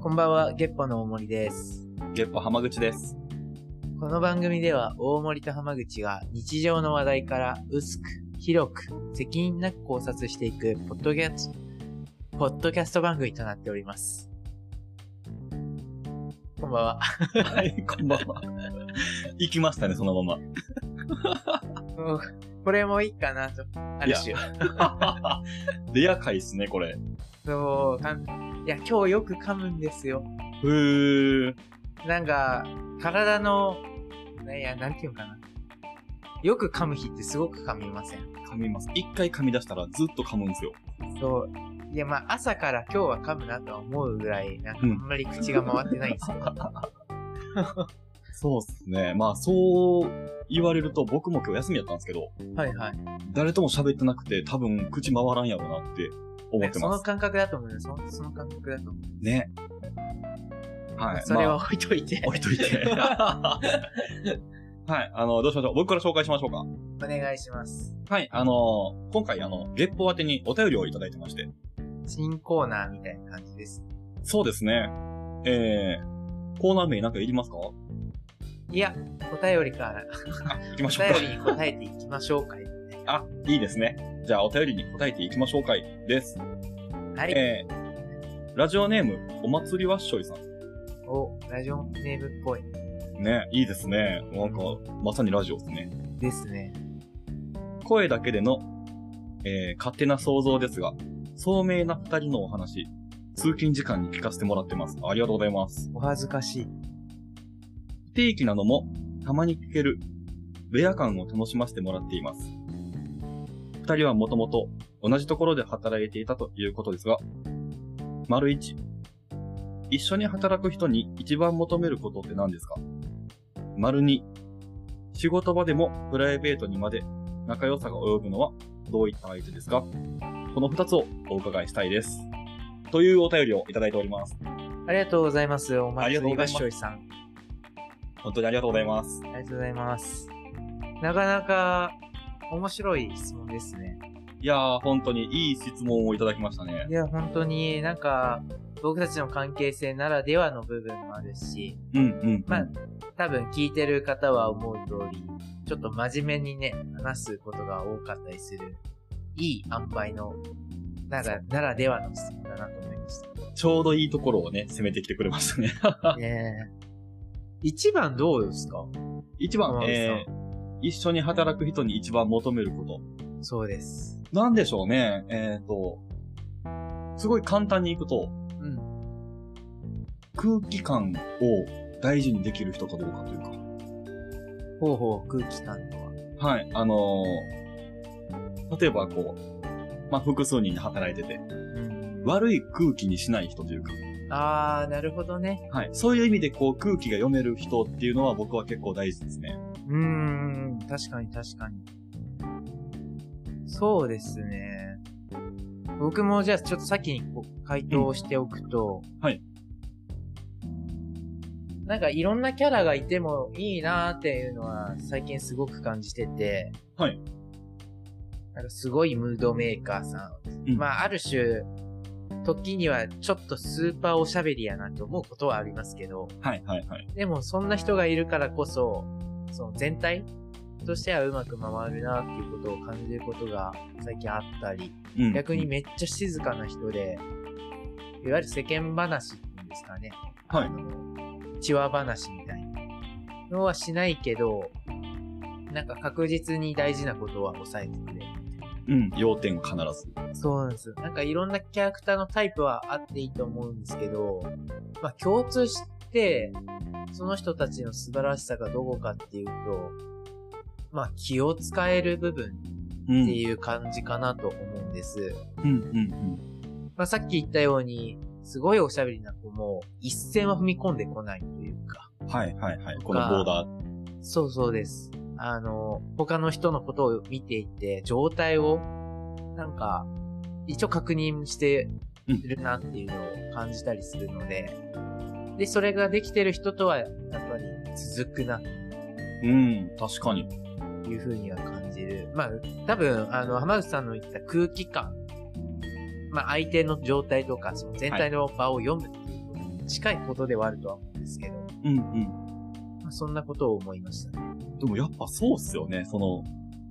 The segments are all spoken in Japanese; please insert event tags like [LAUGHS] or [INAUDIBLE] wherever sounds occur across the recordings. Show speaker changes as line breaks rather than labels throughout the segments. こんばんは、ゲッポの大森です。
ゲッポ浜口です。
この番組では大森と浜口が日常の話題から薄く、広く、責任なく考察していくポッドキャスト、ポッドキャスト番組となっております。こんばんは。
はい、こんばんは。行きましたね、そのまま。
これもいいかなと、ある種。
[LAUGHS] レア回っすね、これ。へ
そう、かんいや、今日よく噛むんですよ。
ー。
なんか、体の、なんや、なんていうのかな。よく噛む日ってすごく噛みません。
噛みます。一回噛み出したらずっと噛むんですよ。
そう。いや、まあ、朝から今日は噛むなとは思うぐらい、なんかあ
うん
んまり口が回ってないんですよ。
そうっすね。まあ、そう言われると僕も今日休みやったんですけど、
[LAUGHS] はいはい。
誰とも喋ってなくて多分口回らんやろうなって思って
そ
ま
の
す。
感覚だと思うよ。そその感覚だと思う。
ね。はい。
それ
ま
は
あ
置いといて、
置い [LAUGHS] といて。はい。あの、どうしましょう。僕から紹介しましょう
[LAUGHS]
か。
お願いします。
はい、あのー今回あの、月報宛てにお便りをいただいてまして。
新コーナーみたいな感じです。
そうですね。えー、コーナー名なんかいりますか行
いや、お便りから、
きましょ
お
う
便りに答えていきましょうかい。
か。あ、いいですね。じゃあお便りに答えていきましょうかいです。
はい。
えー、ラジオネーム、お祭りわっしょいさん。
お、ラジオネームっぽい
ね、いいですね。なんか、まさにラジオですね。
ですね。
声だけでの、えー、勝手な想像ですが、聡明な二人のお話、通勤時間に聞かせてもらってます。ありがとうございます。
お恥ずかしい。
不定期なのも、たまに聞ける、レア感を楽しませてもらっています。二人はもともと同じところで働いていたということですが、丸一、一緒に働く人に一番求めることって何ですか丸二、仕事場でもプライベートにまで仲良さが及ぶのはどういった相手ですかこの二つをお伺いしたいです。というお便りをいただいております。
ありがとうございます。お
あ
祭
りがとう
り
ご
がっ
ざいます
しょいさん。
本当にありがとうございます。
ありがとうございます。なかなか面白い質問ですね。
いやー、本当にいい質問をいただきましたね
い。や、本当になんか、僕たちの関係性ならではの部分もあるし、
うんうんうん。
まあ、多分聞いてる方は思う通り、ちょっと真面目にね、話すことが多かったりする、いい塩梅の、なら、ならではの質問だなと思いまし
ちょうどいいところをね、攻めてきてくれましたね。 [LAUGHS]
[LAUGHS] た。ねえ。一番どうですか
一
浜
番、
口さん
えー、一緒に働く人に一番求めるこ
そうです。
と。なんでしょうね。えっ、と、すごい簡単にいくと、
うん。
空気感を大事にできる人かどうかという
ほうほう、空気感とは。
か。はい。あのー例えばこう、まあ、複数人で働いてて、
うん。
悪い空気にしない人というか、
あー、なるほどね。
はい。そういう意味でこう、空気が読める人っていうのは僕は結構大事ですね。
うーん、確かに確かに。そうですね。僕もじゃあちょっと先にこう回答をしておくと、
んはい。
なんかいろんなキャラがいてもいいなーっていうのは最近すごく感じてて、
はい。
なんかすごいムードメーカーさん。
うん
まあある種、時にはちょっとスーパーおしゃべりやなと思うことはありますけど、
はいはいはい。
でもそんな人がいるからこそ、その全体としてはうまく回るなっていうことを感じることが最近あったり、
うん
逆に、めっちゃ静かな人で、いわゆる世間話っていうんですかね。
はい
あの。チワ話みたいなのはしないけど、なんか確実に大事なことは抑えてくれる。
うん、要点は必ず。
そうなんです。なんかいろんなキャラクターのタイプはあっていいと思うんですけど、まあ共通して、その人たちの素晴らしさがどこかっていうと、まあ気を使える部分
う
っ
ん
ていう感じかなと思うんです。
うん、うん、
まあさっき言ったように、すごいおしゃべりな子も一線は踏み込んでこないというか、
うん。はい、はい、はい。
とか
このボーダー。
そうそうです。あの、他の人のことを見ていて、状態を、なんか、一応確認してるなっていうのを感じたりするので、で、それができてる人とは、やっぱり続くなっ
うん、確かに。
ていうふうには感じる。まあ、多分、あの、浜口さんの言った空気感、まあ、相手の状態とか、その全体の場を読むっていうことに近いことではあるとは思うんですけど、
うんうん。
まあそんなことを思いましたね。
でもやっぱそうっすよね。その、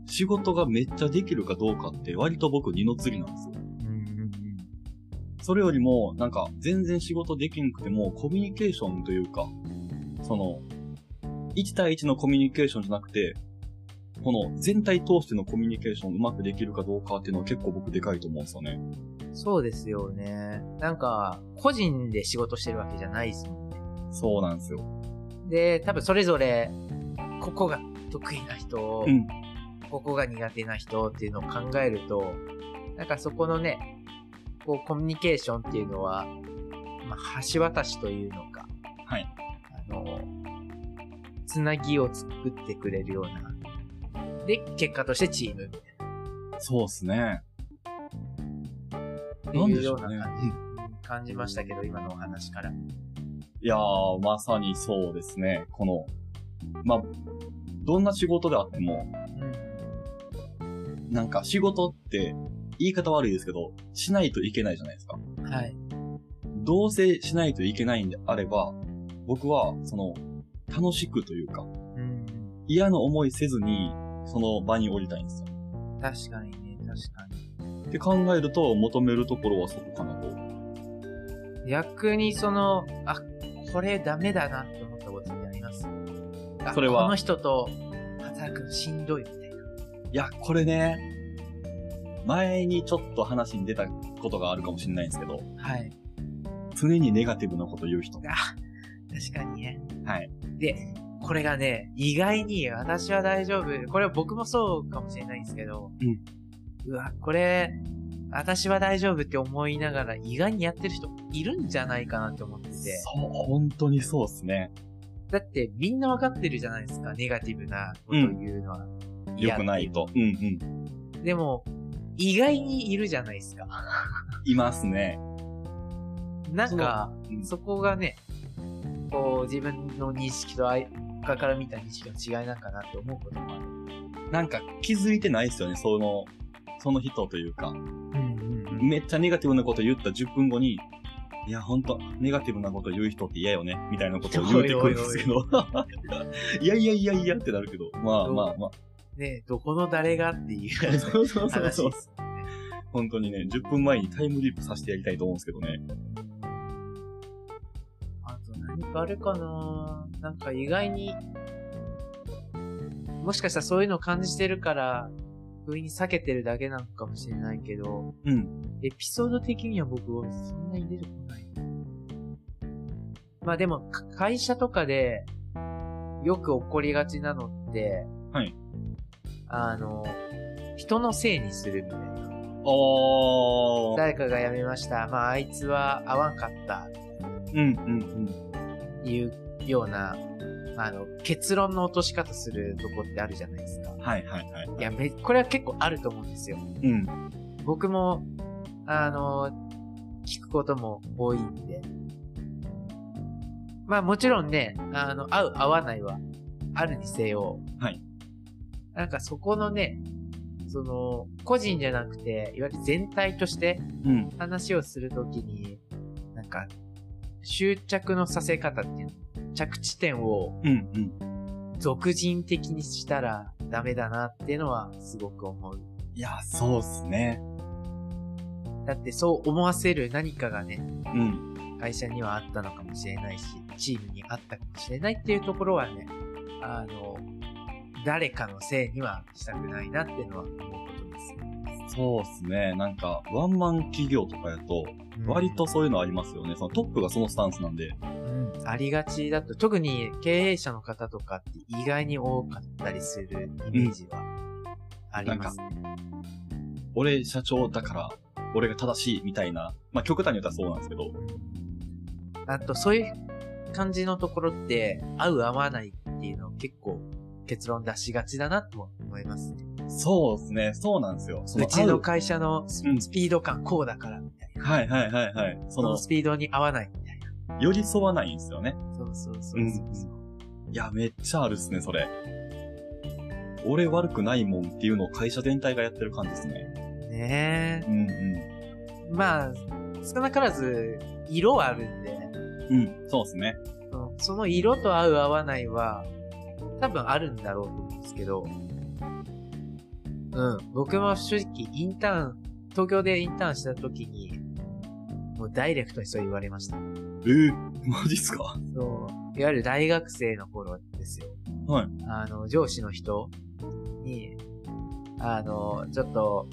仕事がめっちゃできるかどうかって割と僕二の次なんですよ。それよりも、なんか、全然仕事できなくても、コミュニケーションというか、その、1対1のコミュニケーションじゃなくて、この全体通してのコミュニケーションうまくできるかどうかっていうのは結構僕でかいと思うんですよね。
そうですよね。なんか、個人で仕事してるわけじゃないですもんね。
そうなんですよ。
で、多分それぞれ、ここが得意な人、
うん。
ここが苦手な人っていうのを考えると、なんかそこのね、こうコミュニケーションっていうのは、まあ、橋渡しというのか、
はい。
あの、つなぎを作ってくれるような。で、結果としてチームって
そうっすね。なん
いう
でし
よ
ょ
う
うね
な感じ、感じましたけど、今のお話から。
いやー、まさにそうですね。この、まあ、どんな仕事であっても、なんか仕事って、言い方悪いですけど、しないといけないじゃないですか。
はい。
どうせしないといけないんであれば、僕は、その、楽しくというか、
うん。
嫌な思いせずに、その場に降りたいんですよ。
確かにね、確かに。
って考えると、求めるところはそこかなと。
逆にその、あ、これダメだなって思ったことってありますあ
それは
この人と働くのしんどいみたいな。
いや、これね、前にちょっと話に出たことがあるかもしれないんですけど、
はい。
常にネガティブなこと言う人。
あ、確かにね。
はい。
で、これがね、意外に私は大丈夫。これは僕もそうかもしれないんですけど。
うん。
うわ、これ、私は大丈夫って思いながら意外にやってる人いるんじゃないかなって思ってて。
そう、本当にそうですね。
だってみんなわかってるじゃないですか、ネガティブなことを言うのは。
良くないと。うんうん。
でも、意外にいるじゃないです
[LAUGHS]
か。
いますね。
なんか、
うん
そこがね、こう自分の認識とあい他から見た認識の違いなんかなって思うこともある。
なんか気づいてないですよね、その、その人というか。
うんうん
めっちゃネガティブなこと言った10分後に、いや、ほんと、ネガティブなこと言う人って嫌よね、みたいなことを言うてくるんですけど。 [LAUGHS] いやいやいやいやってなるけど。まあまあまあ。
ねどこの誰がっていう
そうそうそう
話
そう
で。す。
本当にね、10分前にタイムリープさせてやりたいと思うんですけどね。
あと何かあるかななんか意外に、もしかしたらそういうのを感じてるから、不意に避けてるだけなのかもしれないけど、
うん。
エピソード的には僕はそんなに出てこない。まあでも、か会社とかで、よく起こりがちなのって、
はい。
あの、人のせいにするみたいな。
あー。
誰かが辞めました。まあ、あいつは合わんかった。
うんうんうん。
いうような、あの、結論の落とし方するとこってあるじゃないですか。
はいはいはい。
いや、め、これは結構あると思うんですよ。
うん。
僕も、あの、聞くことも多いんで。まあ、もちろんね、あの、合う合わないは、あるにせよ。
はい。
なんかそこのね、その、個人じゃなくて、いわゆる全体として、
うん。
話をするときに、なんか、執着のさせ方っていうの着地点を
うんうん。
俗人的にしたらダメだなっていうのはすごく思う。
いや、そうっすね。
だってそう思わせる何かがね、
うん。
会社にはあったのかもしれないし、チームにあったかもしれないっていうところはね、あの、誰かのせいにはしたくないなっていうのは思うことですよ。
そうっすね。なんか、ワンマン企業とかやと、割とそういうのありますよね。そのトップがそのスタンスなんで。
うん、ありがちだと、特に経営者の方とかって意外に多かったりするイメージはあります。
俺社長だから、俺が正しいみたいな、まあ極端に言ったらそうなんですけど、
あと、そういう感じのところって、合う合わないっていうのを結構結論出しがちだなとは思いますね。
そうですね、そうなんですよ。そう
ち
合
の
う
会社のス
うん
スピード感こうだからみたいな。
はいはいはいはい。そ
そ
の
の、スピードに合わないみたいな。
寄り添わないんですよね。
そうそうそうそううん
いや、めっちゃあるっすね、それ。俺悪くないもんっていうのを会社全体がやってる感じですね。
ね
うんう
え。まあ、少なからず、色はあるんで、
ん。うん、そうですね。
うんその色と合う合わないは、多分あるんだろうと思うんですけど、うん、僕も正直インターン、東京でインターンした時に、もうダイレクトにそう言われました。
えー、マジっすか
そう、いわゆる大学生の頃ですよ。
はい。
あの、上司の人に、あの、ちょっと、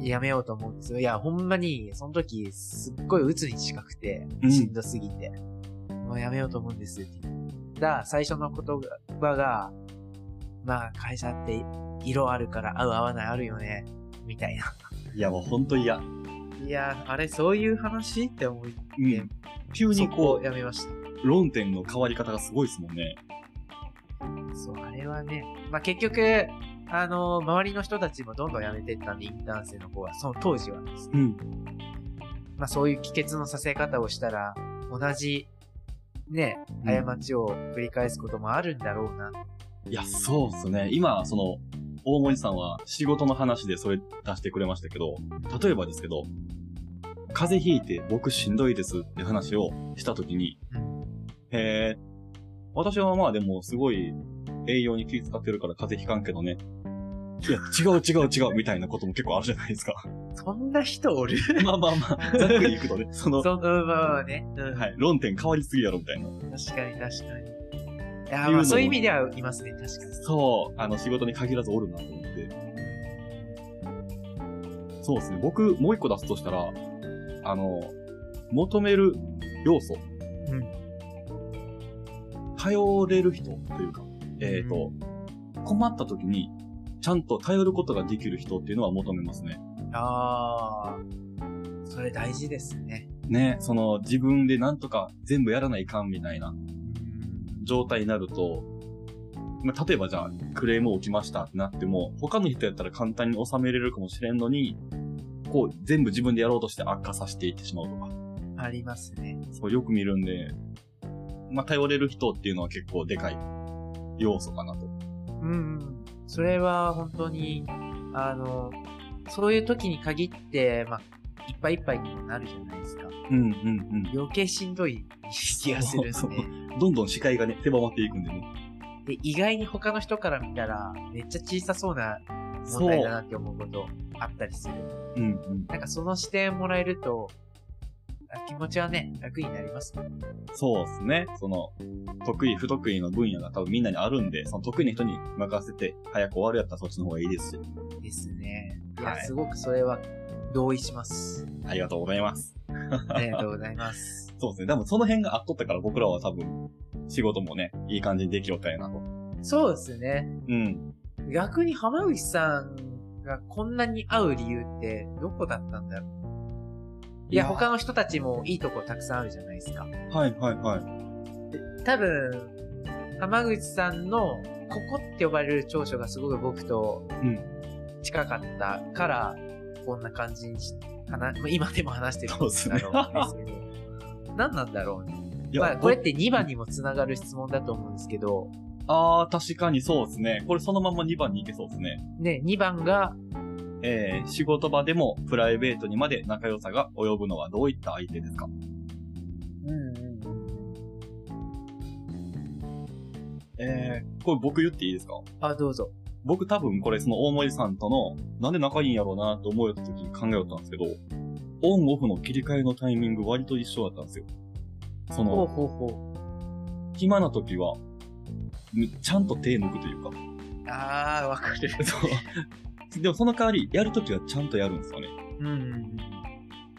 やめようと思うんですよ。いや、ほんまに、その時、すっごい鬱に近くて、
うん
しんどすぎて、もうやめようと思うんですって言った最初の言葉が、まあ、会社って色あるから合う合わないあるよね、みたいな。
いや、もうほんと嫌。う
いや、あれ、そういう話って思って、
ん。急に
そこ
こ
をやめました。
う、論点の変わり方がすごいですもんね。
そう、あれはね、まあ、結局、あのー周りの人たちもどんどん辞めていったんで、インターン生の方は、その当時はですね。
うん。
まあ、そういう帰結のさせ方をしたら、同じ、ね、
うん
過ちを繰り返すこともあるんだろうな。
いや、そうっすね。今、その、大森さんは仕事の話でそれ出してくれましたけど、例えばですけど、風邪ひいて僕しんどいですって話をしたときに、
うん。
へえ、私はまあでもすごい栄養に気使ってるから風邪ひかんけどね。いや、違う違う違うみたいなことも結構あるじゃないで
[LAUGHS]
すか。
そんな人おる
まあまあまあ、ざっくりいくとね、その、は
そんな、うんまあまあね。うん。
い、論点変わりすぎやろみたいな。
確かに、確かに。い
いう
や、
のも
まあ、そういう意味ではいますね、確かに。
そう、あの仕事に限らずおるなと思って。そうですね。僕、もう一個出すとしたら、あの、求める要素。
うん
頼れる人というか、えっ、と、困った時に、ちゃんと頼ることができる人っていうのは求めますね。
ああ、それ大事ですね。
ね、その自分でなんとか全部やらないかんみたいな
うん
状態になると、まあ、例えばじゃあクレーム起きましたってなっても、他の人やったら簡単に収めれるかもしれんのに、こう全部自分でやろうとして悪化させていってしまうとか、
ありますね。
そうよく見るんで、まあ、頼れる人っていうのは結構でかい要素かなと。
うんうん。それは本当に、あの、そういう時に限って、まあ、いっぱいいっぱいにもなるじゃないですか。
うんうん
余計しんどい気がするんです
そうそう
ね。
うん。どんどん視界がね、狭まっていくんでね。
で、意外に他の人から見たら、めっちゃ小さそうな問題だなって思うことあったりする。
うんうん。
なんかその視点もらえると、あ気持ちはね、楽になりますね。
そうですね。その、得意不得意の分野が多分みんなにあるんで、その得意な人に任せて、早く終わるやったらそっちの方がいいですし。
ですね。いや、
はい
すごくそれは同意します。
ありがとうございます。
ありがとうございます。
そうですね。多分その辺があっとったから僕らは多分、仕事もね、いい感じにできよったんやなと。
そうですね。
うん。
逆に浜口さんがこんなに合う理由ってどこだったんだろういや、他の人たちもいいとこたくさんあるじゃないですか。
はいはいはい。
多分、浜口さんのここって呼ばれる長所がすごく僕と
うん
近かったから、こんな感じにし、話まあ今でも話してるん
そうです
だ
ね。
ろうんですけど。何なんだろうね。
い
まあ、これって
僕
2番にも繋がる質問だと思うんですけど、
あー、確かにそうですね。これそのまま2番に行けそうですね。
ね、2番が、
えー、仕事場でもプライベートにまで仲良さが及ぶのはどういった相手ですか
うんうんうん。
えー、これ僕言っていいですか
あ、どうぞ。
僕多分これその大森さんとの、なんで仲いいんやろうなと思うた時に考えよったんですけど、オンオフの切り替えのタイミング割と一緒だったんですよ。そ
ほ
の
う、ほうほう。
暇な時は、むちゃんと手抜くというか。
ああ、わかる。
そう。 [LAUGHS] でもその代わり、やる時はちゃんとやるんですよね。
うんうんう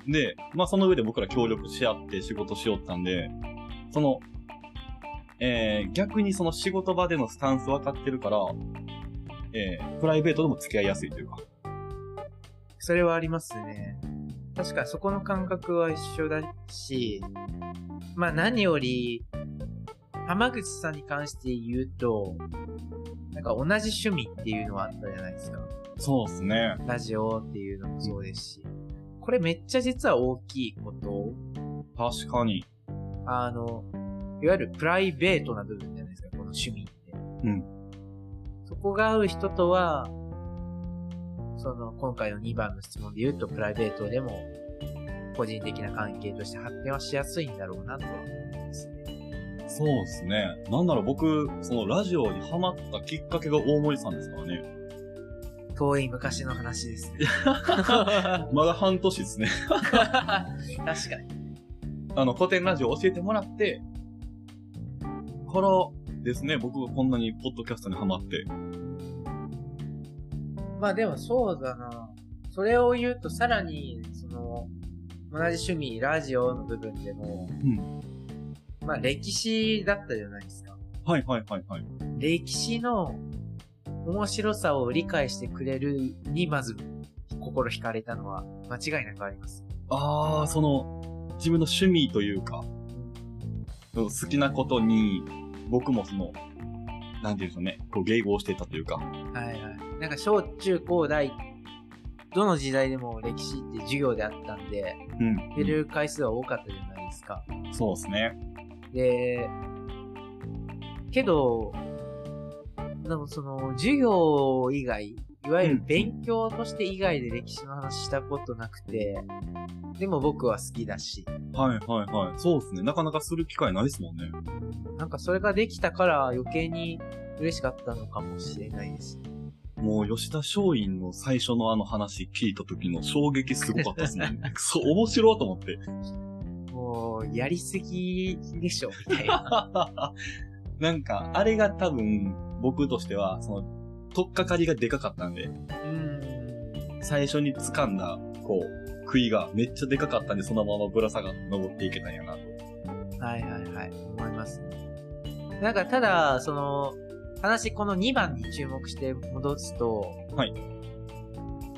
ん。
で、まあその上で僕ら協力し合って仕事しよったんで、その、えー、逆にその仕事場でのスタンス分かってるから、えー、プライベートでも付き合いやすいというか。
それはありますね。確かそこの感覚は一緒だし、まあ何より、浜口さんに関して言うと、なんか同じ趣味っていうのはあったじゃないですか。
そうですね。
ラジオっていうのもそうですし。これめっちゃ実は大きいこと。
確かに。
あの、いわゆるプライベートな部分じゃないですか、この趣味って。
うん
そこが合う人とは、その、今回の2番の質問で言うと、プライベートでも、個人的な関係として発展はしやすいんだろうなとは思うんですね。
そうですね。なんだろう、僕、そのラジオにハマったきっかけが大森さんですからね。
遠い昔の話ですね。
[LAUGHS] まだ半年ですね。
[LAUGHS] 確かに。
あの、古典ラジオ教えてもらって、からですね、僕がこんなにポッドキャストにハマって。
まあでもそうだな。それを言うとさらに、その、同じ趣味、ラジオの部分でも、
うん。
まあ歴史だったじゃないですか。
はいはいはいはい。
歴史の面白さを理解してくれるに、まず心惹かれたのは間違いなくあります。
あー、その、自分の趣味というか、好きなことに、僕もその、なんていうんでしょうね、こう、迎合していたというか。
はいはい。なんか小中高大、どの時代でも歴史って授業であったんで、
うん。
出る回数は多かったじゃないですか。
そうですね。
で、けど、でもその、授業以外、いわゆ
う
る
ん
勉強として以外で歴史の話したことなくて、でも僕は好きだし、
はいはいはい。そうですね。なかなかする機会ないですもんね。
なんかそれができたから余計に嬉しかったのかもしれないです。
もう、吉田松陰の最初のあの話聞いた時の衝撃すごかったですね。 [LAUGHS] くそ、面白いと思って。
もう、やりすぎでしょ、みたい
[LAUGHS]
な。
なんか、あれが多分、僕としては、その、とっかかりがでかかったんで、
うん。
最初に掴んだ、こう、杭がめっちゃでかかったんで、そのままぶら下がって登っていけたんやなと。
はいはいはい、思いますね。なんかただ、その、話この2番に注目して戻すと、
はい。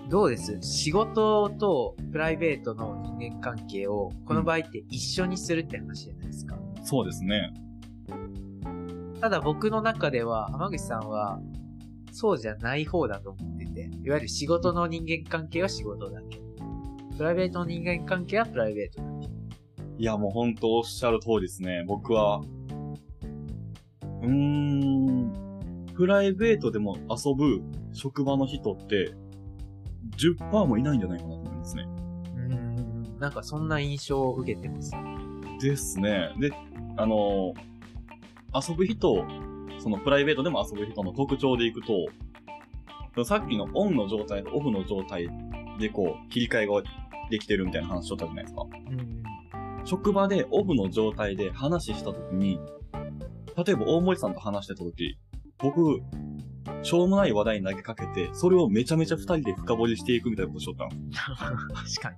どうです仕事とプライベートの人間関係を、この場合って一緒にするって話じゃないですか。
そうですね。
ただ僕の中では、浜口さんは、そうじゃない方だと思ってて、いわゆる仕事の人間関係は仕事だけ。プライベートの人間関係はプライベートだけ。
いや、もうほんとおっしゃる通りですね。僕は、うーん、プライベートでも遊ぶ職場の人って、10%もいないんじゃないかなと思うんですね。
うん。なんかそんな印象を受けてます。
ですね。で、あのー遊ぶ人、そのプライベートでも遊ぶ人の特徴でいくと、さっきのオンの状態とオフの状態でこう、切り替えができてるみたいな話しとったじゃないですか。
うん。
職場でオフの状態で話したときに、例えば大森さんと話してたとき、僕、しょうもない話題に投げかけて、それをめちゃめちゃ二人で深掘りしていくみたいなことしとったの。
確かに。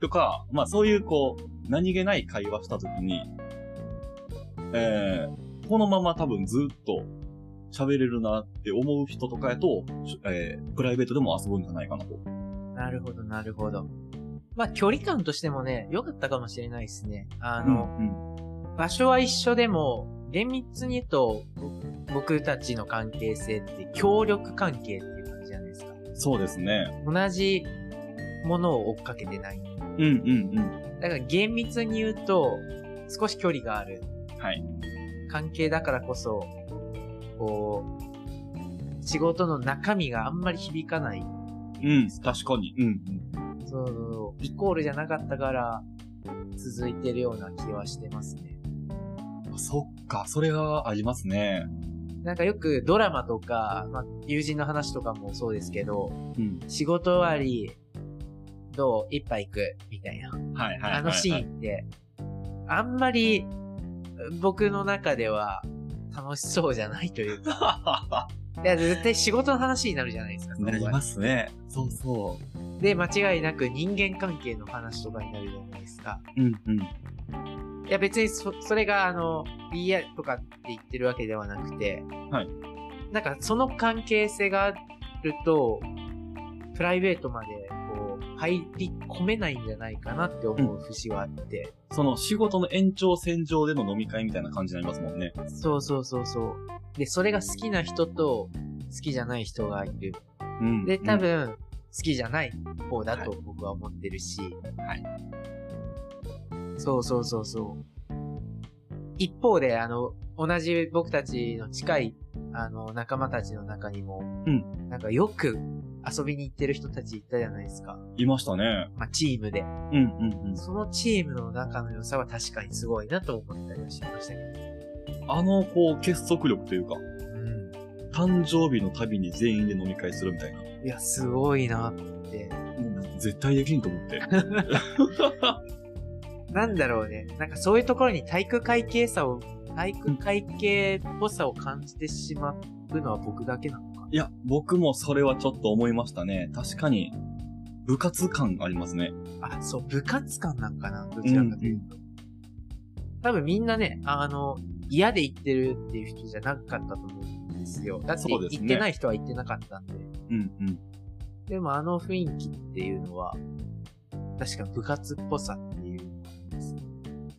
とか、まあそういうこう、何気ない会話したときに、えー、このまま多分ずっと喋れるなって思う人とかやと、しえー、プライベートでも遊ぶんじゃないかなと。
なるほど、なるほど。まあ、距離感としてもね、良かったかもしれないですね。あの、
うん、
場所は一緒でも、厳密に言うと、僕たちの関係性って協力関係っていう感じじゃないですか。
うん。そうですね。
同じものを追っかけてない。
うん、うん、うん。
だから厳密に言うと、少し距離がある
はい。
関係だからこそ、こう、仕事の中身があんまり響かない
うん、確かに。うん、うん。
そうそうそうイコールじゃなかったから、続いてるような気はしてますね。
そっか、それはありますね。
なんかよくドラマとか、まあ、友人の話とかもそうですけど、
うん。
仕事終わり、どう一杯行くみたいな。
はいはいはい、はい。
あのシーンって、あんまり僕の中では楽しそうじゃないというか、いや、絶対仕事の話になるじゃないですか。その
[LAUGHS] な
場合
りますね。そうそ
で、間違いなく人間関係の話とかになるじゃないですか。
う。うんうん。
いや別にそ、それが、あの、いいやとかって言ってるわけではなくて、
はい。
なんか、その関係性があると、プライベートまで、こう、入り込めないんじゃないかなって思う節はあって、
その仕事の延長線上での飲み会みたいな感じになりますもんね。
そうそうそうそう。で、それが好きな人と、好きじゃない人がいる。
うん
で、多
うん
分、好きじゃない方だと僕は思ってるし。
はい。
そうそうそうそう。一方で、あの、同じ僕たちの近い、あの、仲間たちの中にも、
うん
なんかよく遊びに行ってる人たちいたじゃないですか。
いましたね。
まあ、チームで。
うんうんうん。
そのチームの中の良さは確かにすごいなと思ったりはしましたけど。
あの、こう、結束力というか、
うん。
誕生日のたびに全員で飲み会するみたいな。
いや、すごいなって。
絶対できんと思 [LAUGHS] って。
なんだろうね。なんかそういうところに体育会系さを、体育会系っぽさを感じてしまうのは僕だけなのかな。
いや、僕もそれはちょっと思いましたね。確かに、部活感ありますね。
あ、そう、部活感なんかな、どちらかというと。多分みんなね、あの、嫌で行ってるっていう人じゃなかったと思うんですよ。だって
そう
行
ですね
ってない人は行ってなかったんで。
うんうん。
でもあの雰囲気っていうのは、確か部活っぽさっていうのがありますね。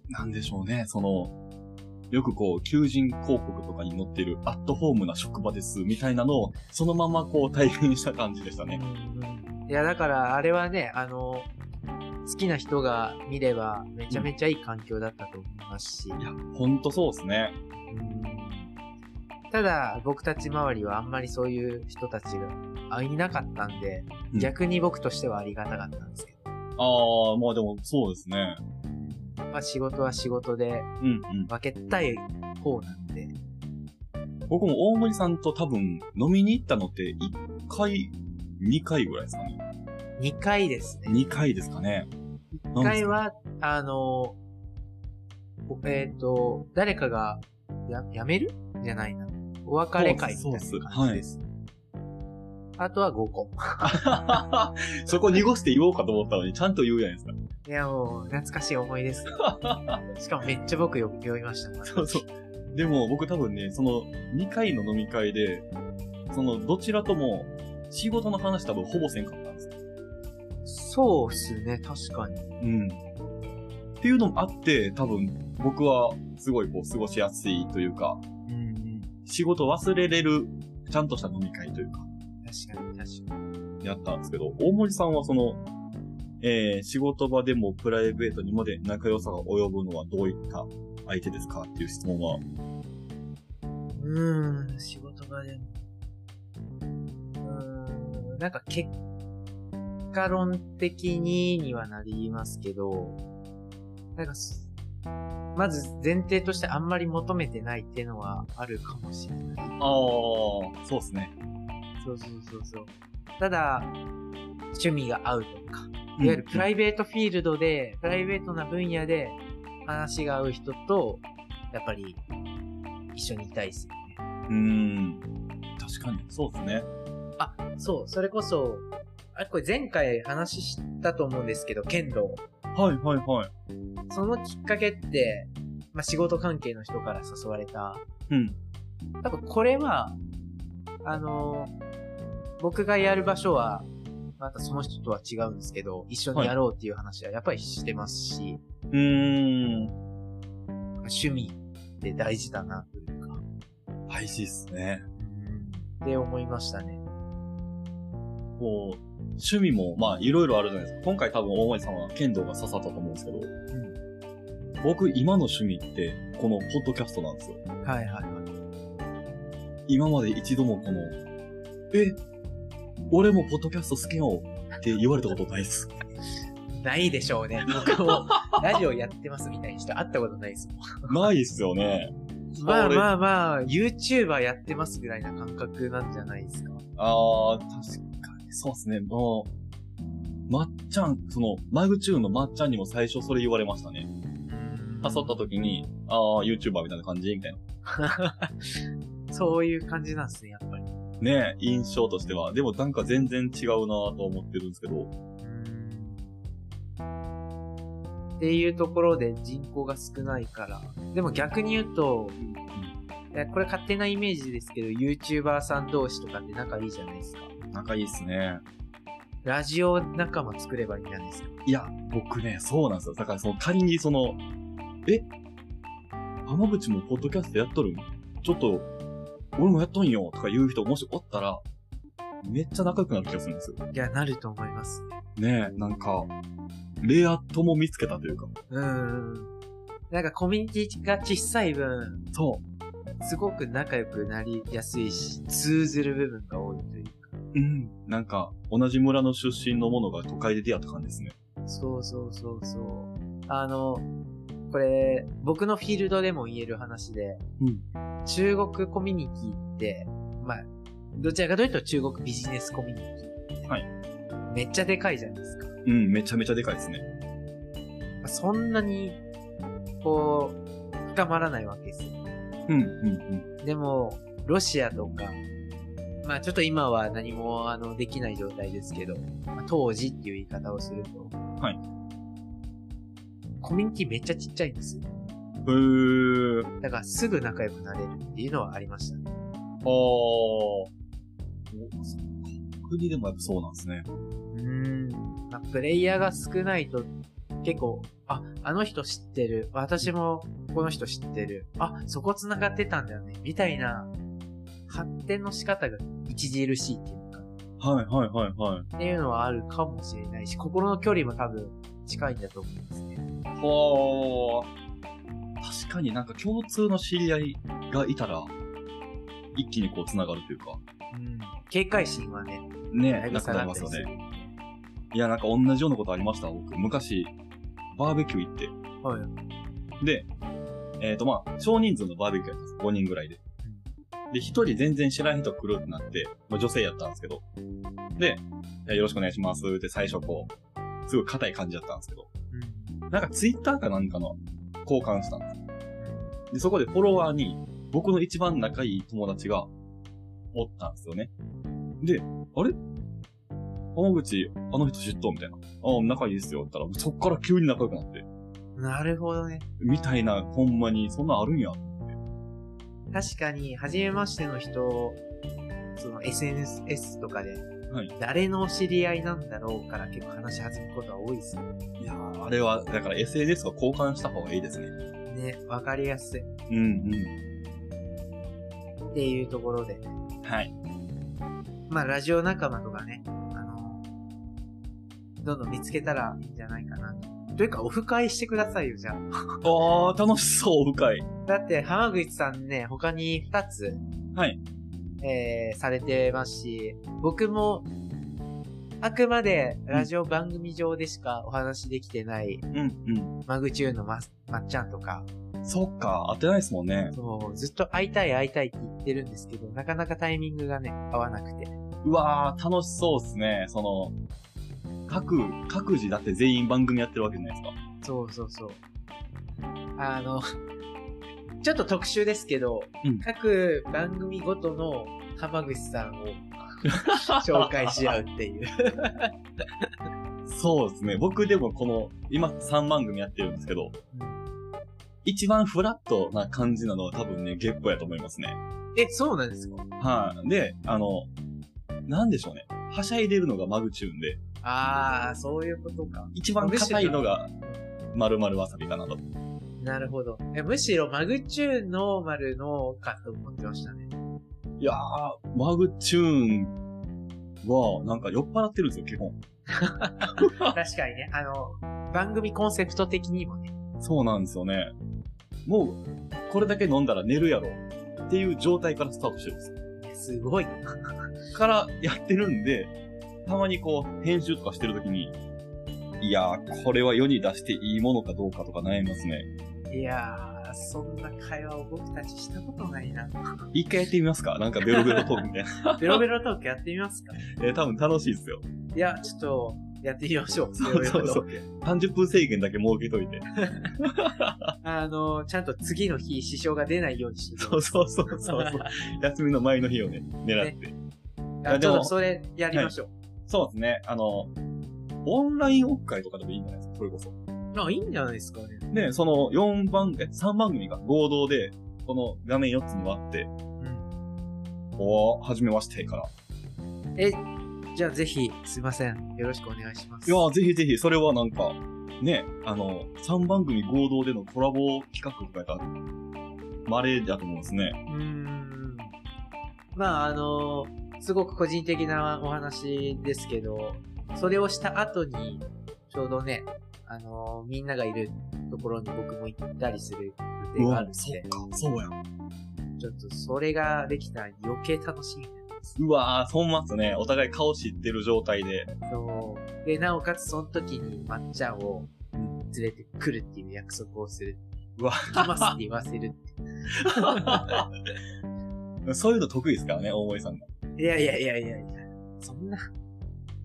なんでしょうね、その、よくこう、求人広告とかに載ってるアットホームな職場です、みたいなのを、そのままこう体現した感じでしたね。
いや、だからあれはね、あの、好きな人が見ればめちゃめちゃいい環境だったと思いますし、
いや、ほんとそうですね。
ただ僕たち周りはあんまりそういう人たちがあいなかったんで、
うん
逆に僕としてはありがたかったんですけど、
あー、まあでもそうですね。
まあ仕事は仕事で
うんうん。
分けたい方なんで、
僕も大森さんと多分、飲みに行ったのって、1回、2回ぐらいですかね。
2回ですね。
2回ですかね。
1回は、あの、おえっ、と、誰かがややめるじゃないな。お別れ会みたい
そうっす
な感じです。あとは5個。 [LAUGHS]
そこ濁して言おうかと思ったのに、ちゃんと言うじゃないですか。
いや、もう、懐かしい思い
[LAUGHS]
です。しかもめっちゃ僕よ読みました。
そうそう。でも僕多分ね、その2回の飲み会で、そのどちらとも仕事の話多分ほぼせんかったんですよ。
そうっすね、確かに。
うん。っていうのもあって、多分僕はすごいこう過ごしやすいというか、
うん、
仕事忘れれるちゃんとした飲み会というか、
確かに、確かに。
やったんですけど、大森さんはその、えー、仕事場でもプライベートにまで仲良さが及ぶのはどういった相手ですかっていう質問は、
うーん、仕事場でも。うーん、なんか結果論的ににはなりますけど、なんかす、まず前提としてあんまり求めてないっていうのはあるかもしれない。
ああ、そうですね。
そうそうそうそう。ただ、趣味が合うとか、いわゆるプライベートフィールドで、プライベートな分野で話が合う人と、やっぱり一緒にいたいですよね。
うーん。確かに。そうですね。
あ、そう、それこそ、あれこれ前回話したと思うんですけど、剣道。
はいはいはい。
そのきっかけって、まあ、仕事関係の人から誘われた。
うん。
多分これは、あの僕がやる場所は、またその人とは違うんですけど、一緒にやろうっていう話はやっぱりしてますし、
うーん。
趣味って大事だなというか、
大事ですね。
って思いましたね。
こう、趣味も、まあ、いろいろあるじゃないですか。今回多分大森さんは剣道が刺さったと思うんですけど、僕今の趣味って、このポッドキャストなんですよ。
はいはいはい。
今まで一度もこの、え、俺もポッドキャスト好きよって言われたことな
[LAUGHS]
いです。
ないでしょうね。僕も、ラジオやってますみたいな人会ったことないですもん。
ないっすよね。
まあ
これ
まあまあ、YouTuber やってますぐらいな感覚なんじゃないですか。 [LAUGHS]
あー、確かに、そうですね。もう、まっちゃん、その、マグチューンのまっちゃんにも最初それ言われましたね。誘った時に、あー、YouTuber みたいな感じみたいな。
そういう感じなんですね、やっぱり。
ねえ印象としては。でもなんか全然違うなぁと思ってるんですけど。
っていうところで人口が少ないから。でも逆に言うと、いやこれ勝手なイメージですけど、YouTuber さん同士とかって仲いいじゃないですか。
仲いいっすね。
ラジオ仲間作ればいいじゃないですか。
いや、僕ね、そうなんですよ。だからその仮にその、え浜口もポッドキャストやっとるんちょっと、俺もやっとんよとか言う人もしおったら、めっちゃ仲良くなる気がするんですよ。
いや、なると思います。
ねえ、なんか、レアとも見つけたというか。
うん。なんかコミュニティが小さい分、
そ
すごく仲良くなりやすいし、通ずる部分が多いというか。
うん。なんか、同じ村の出身のものが都会で出会った感じですね。
そうそうそうそう。あの、これ、僕のフィールドでも言える話で、中国コミュニティって、まあ、どちらかというと中国ビジネスコミュニティ。
はい。
めっちゃでかいじゃないですか。
うん、めちゃめちゃでかいですね。
まあそんなに、こう、深まらないわけですよ。
うん、うん、
でも、ロシアとか、まあちょっと今は何もあのできない状態ですけど、まあ当時っていう言い方をすると、
はい。
コミュニティめっちゃちっちゃいんですよ。
うん。へー。
だからすぐ仲良くなれるっていうのはありましたね。
あー。おそっか国でもやっぱそうなんですね。
うん。まあプレイヤーが少ないと結構、あ、あの人知ってる。私もこの人知ってる。あ、そこ繋がってたんだよね。みたいな発展の仕方が著しいっていうか。
はい、はい、はい、はい。
っていうのはあるかもしれないし、心の距離も多分近いんだと思いますね。
はー。確かになんか共通の知り合いがいたら、一気にこう繋がるというか。
うん。警戒心はね、だ
ね
いぶ
な
下
くな
が
り
っ
ま
た
す
り
よ
する。。
ねいや、なんか同じようなことありました。僕、昔、バーベキュー行って。
はい。
で、えっ、と、まあ、少人数のバーベキューやったんです。5人ぐらいで。で、1人全然知らん人来るってなって、まあ、女性やったんですけど。で、いやよろしくお願いしますって最初こう、すごい硬い感じだったんですけど。なんかツイッターかなんかの交換したんです。で、そこでフォロワーに僕の一番仲いい友達がおったんですよね。で、あれ浜口、あの人知っとうみたいな。ああ、仲いいですよ。って言ったら、そっから急に仲良くなって。
うん。なるほどね。
みたいな、ほんまに、そんなんあるんや。
確かに、初めましての人、その SNS とかで、
はい
誰の知り合いなんだろうから結構話し始めることは多いですよ
いやーあれは、だから SNS は交換した方がいいですね。
ね。わかりやすい。っ
うんう
ていうところで。
ん。はい。
まあ、ラジオ仲間とかね、あの、どんどん見つけたらいいんじゃないかなと。というか、オフ会してくださいよ、じゃあ。
ああ、楽しそう、深い。
だって、浜口さんね、他に2つ、
はい。
えー、されてますし、僕も、あくまで、ラジオ番組上でしかお話できてない、
うん
マグチューンのま、まっちゃんとか、
うん。そっか、当てないですもんね。
そう、ずっと会いたい会いたいって言ってるんですけど、なかなかタイミングがね、合わなくて。
うわー、楽しそうっすね。その、各、各自だって全員番組やってるわけじゃないですか。
そうそうそう。あの、ちょっと特殊ですけど、
うん
各番組ごとの浜口さ
[LAUGHS]
んを紹介し合うっていう。
そうですね。僕でもこの、今3番組やってるんですけど、一番フラットな感じなのは多分ね、ゲッポやと思いますね。
え、そうなんですか
はい、で、あの、なんでしょうね。はしゃいでるのがマグチューンで、
ああ、そういうことか。
一番硬いのが、まるまるわさびかなと。
なるほど。えむしろマグチューンノーマルのかと思ってました
[LAUGHS]
ね。
いやー、マグチューンは、なんか酔っ払ってるんですよ、基本。
確かにね、あの、番組コンセプト的にもね。
そうなんですよね。もう、これだけ飲んだら寝るやろ。っていう状態からスタートしてるんです
す
よ。
ごい。
からやってるんで、たまにこう、編集とかしてるときに、いやー、これは世に出していいものかどうかとか悩みますね。
いやー、そんな会話を僕たちしたことない
[LAUGHS]
な。
一回やってみますかなんかベロベロトークみたいな。
ベロベロトークやってみますか
[LAUGHS] えー多分楽しいですよ。
いや、ちょっと、やってみましょう。
[LAUGHS] そうそうそう
ベロベロトーク
30分制限だけ設けといて。
あの、ちゃんと次の日、支障が出ないようにして
そうそうそうそうそう。休みの前の日をね、狙って。
[LAUGHS] あ
で
ちょ
も
っとそれ、やりましょ
そうですね。あの、オンラインオフ会とかでもいいんじゃないですか、それこそ。
う。あ、いいんじゃないですかね。
で、その4番、え、3番組が合同で、この画面4つに割って、
うん。
おー、はじめましてから。
え、じゃあぜひ、すいません。よろしくお願いします。
いやー、ぜひぜひ、それはなんか、ね、あの、3番組合同でのコラボ企画とかやったら、稀だと思うんですね。
うーんまああのすごく個人的なお話ですけどそれをした後にちょうどねあのみんながいるところに僕も行ったりする予定があるんで
か、そうやん。
ちょっとそれができたら余計楽しい
うわー、損ますね。お互い顔知ってる状態で。
そう。で、なおかつその時にまっちゃんを連れてくるっていう約束をする。
うわ
来ますって言わせる。
そういうの得意ですからね、大森さんが。
いやいやいやいやいや。そんな、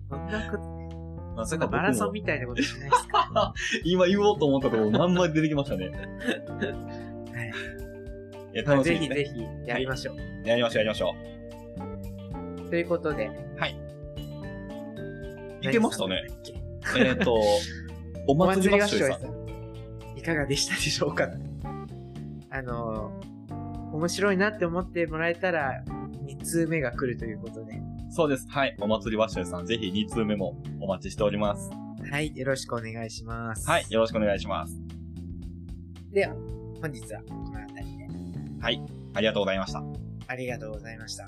そんなこと、
ま
そ
さ
んな
か
マ
僕
ラソン
も、
みたいなことしないですか
今言おうと思ったところ、まんま出てきましたね。いや、 [LAUGHS] 楽し
ぜ
いで
ひ
すね。
ぜひやりましょう。
やりましょう、やりましょ
ということで。
はい。いけまし
何さ
たね
んだっけ。
う。えっと、お
お
祭
祭
り
り
合
合
唱
唱
さん。
さん。いかがでしたでしょうかあの、面白いなって思ってもらえたら、2通目が来るということで。
そうです。はい。お祭り合唱さん、ぜひ2通目もお待ちしております。
はい、よろしくお願いします。
はい。よろしくお願いします。
では、本日はこの辺りで
ありがとうございました。
ありがとうございました。